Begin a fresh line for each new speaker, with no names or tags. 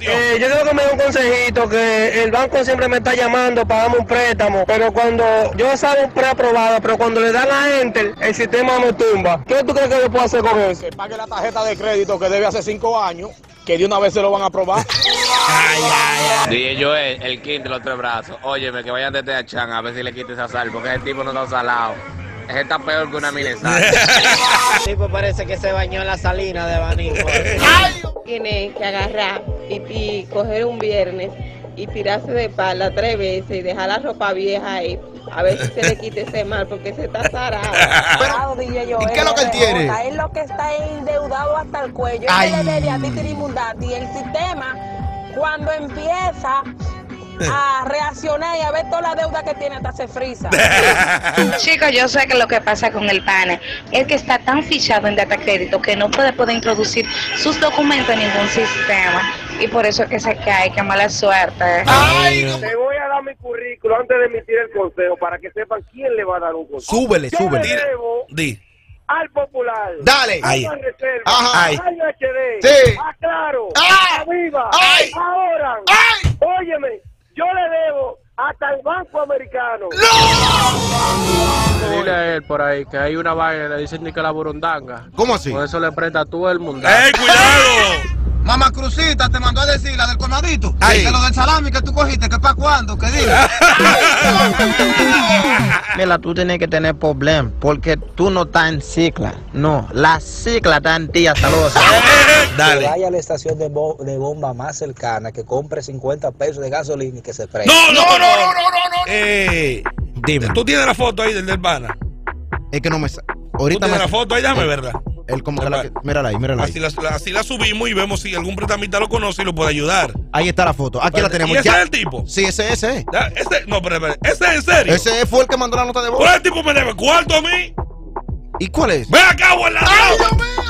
Eh, yo creo que me da un consejito que el banco siempre me está llamando para darme un préstamo, pero cuando yo salgo un preaprobado, pero cuando le dan a Enter, el sistema me tumba. ¿Qué tú crees que yo puedo hacer con eso?
Que pague la tarjeta de crédito que debe hace cinco años, que de una vez se lo van a aprobar.
Dije yo, eh, el quinto, los tres brazos. Óyeme, que vayan desde a Chan a ver si le quita esa sal, porque ese tipo no está salado. Ese está peor que una milesal.
tipo parece que se bañó en la salina de abanico.
Tiene que agarrar y, y coger un viernes y tirarse de pala tres veces y dejar la ropa vieja ahí. A ver si se le quite ese mal, porque se está zarado.
Pero, ¿y qué es lo que él tiene?
eh, Es lo que está endeudado hasta el cuello.
Ay.
Él debe a Tirimundati. Y el sistema, cuando empieza a reaccionar y a ver toda la deuda que tiene, hasta se frisa.
Chicos, yo sé que lo que pasa con el pana es que está tan fichado en data crédito que no puede poder introducir sus documentos en ningún sistema y por eso es que se cae, qué mala suerte.
Ay, no.
Te voy a dar mi currículo antes de emitir el consejo para que sepan quién le va a dar un consejo.
Súbele,
Yo
súbele.
le debo
Di.
al Popular,
Dale.
Ay.
a Reserva,
Ajá.
a IHD,
Sí.
a Claro,
Ah.
a Viva,
Ay.
ahora.
Ay.
Óyeme, yo le debo hasta el Banco Americano.
Dile a él por ahí que hay una vaina, le dicen que la burundanga.
¿Cómo así?
Por eso le presta tú el mundo.
¡Ey, cuidado!
Mamá Crucita te mandó a decir la del colmadito.
Ay.
De lo del salami que tú cogiste, que para cuándo, que diga.
Mira, tú tienes que tener problema porque tú no estás en cicla. No, la cicla está en ti. Saludos.
Dale.
Vaya a la estación de, bo- de bomba más cercana, que compre 50 pesos de gasolina y que se prenda.
No, no, no, no, no, no, no. Eh,
Dime.
tú tienes la foto ahí del del pana.
Es que no me. sa-
Tú
Ahorita
tienes la
me.
foto ahí, déjame verla.
Él como que
Dame.
la. que- Mírala ahí, mírala
Así
ahí.
la, la- así la subimos y vemos si algún prestamista lo conoce y lo puede ayudar.
Ahí está la foto. Aquí la tenemos.
¿Y ese
ya.
es el tipo?
Sí, ese, ese. es.
Ya, Ese, no, pero, pero, ese es en serio.
Ese fue el que mandó la nota de voz.
¿Cuál tipo me debe cuarto a mí?
¿Y cuál es?
¡Ve acá, abuela!
¡Ay, Dios mío!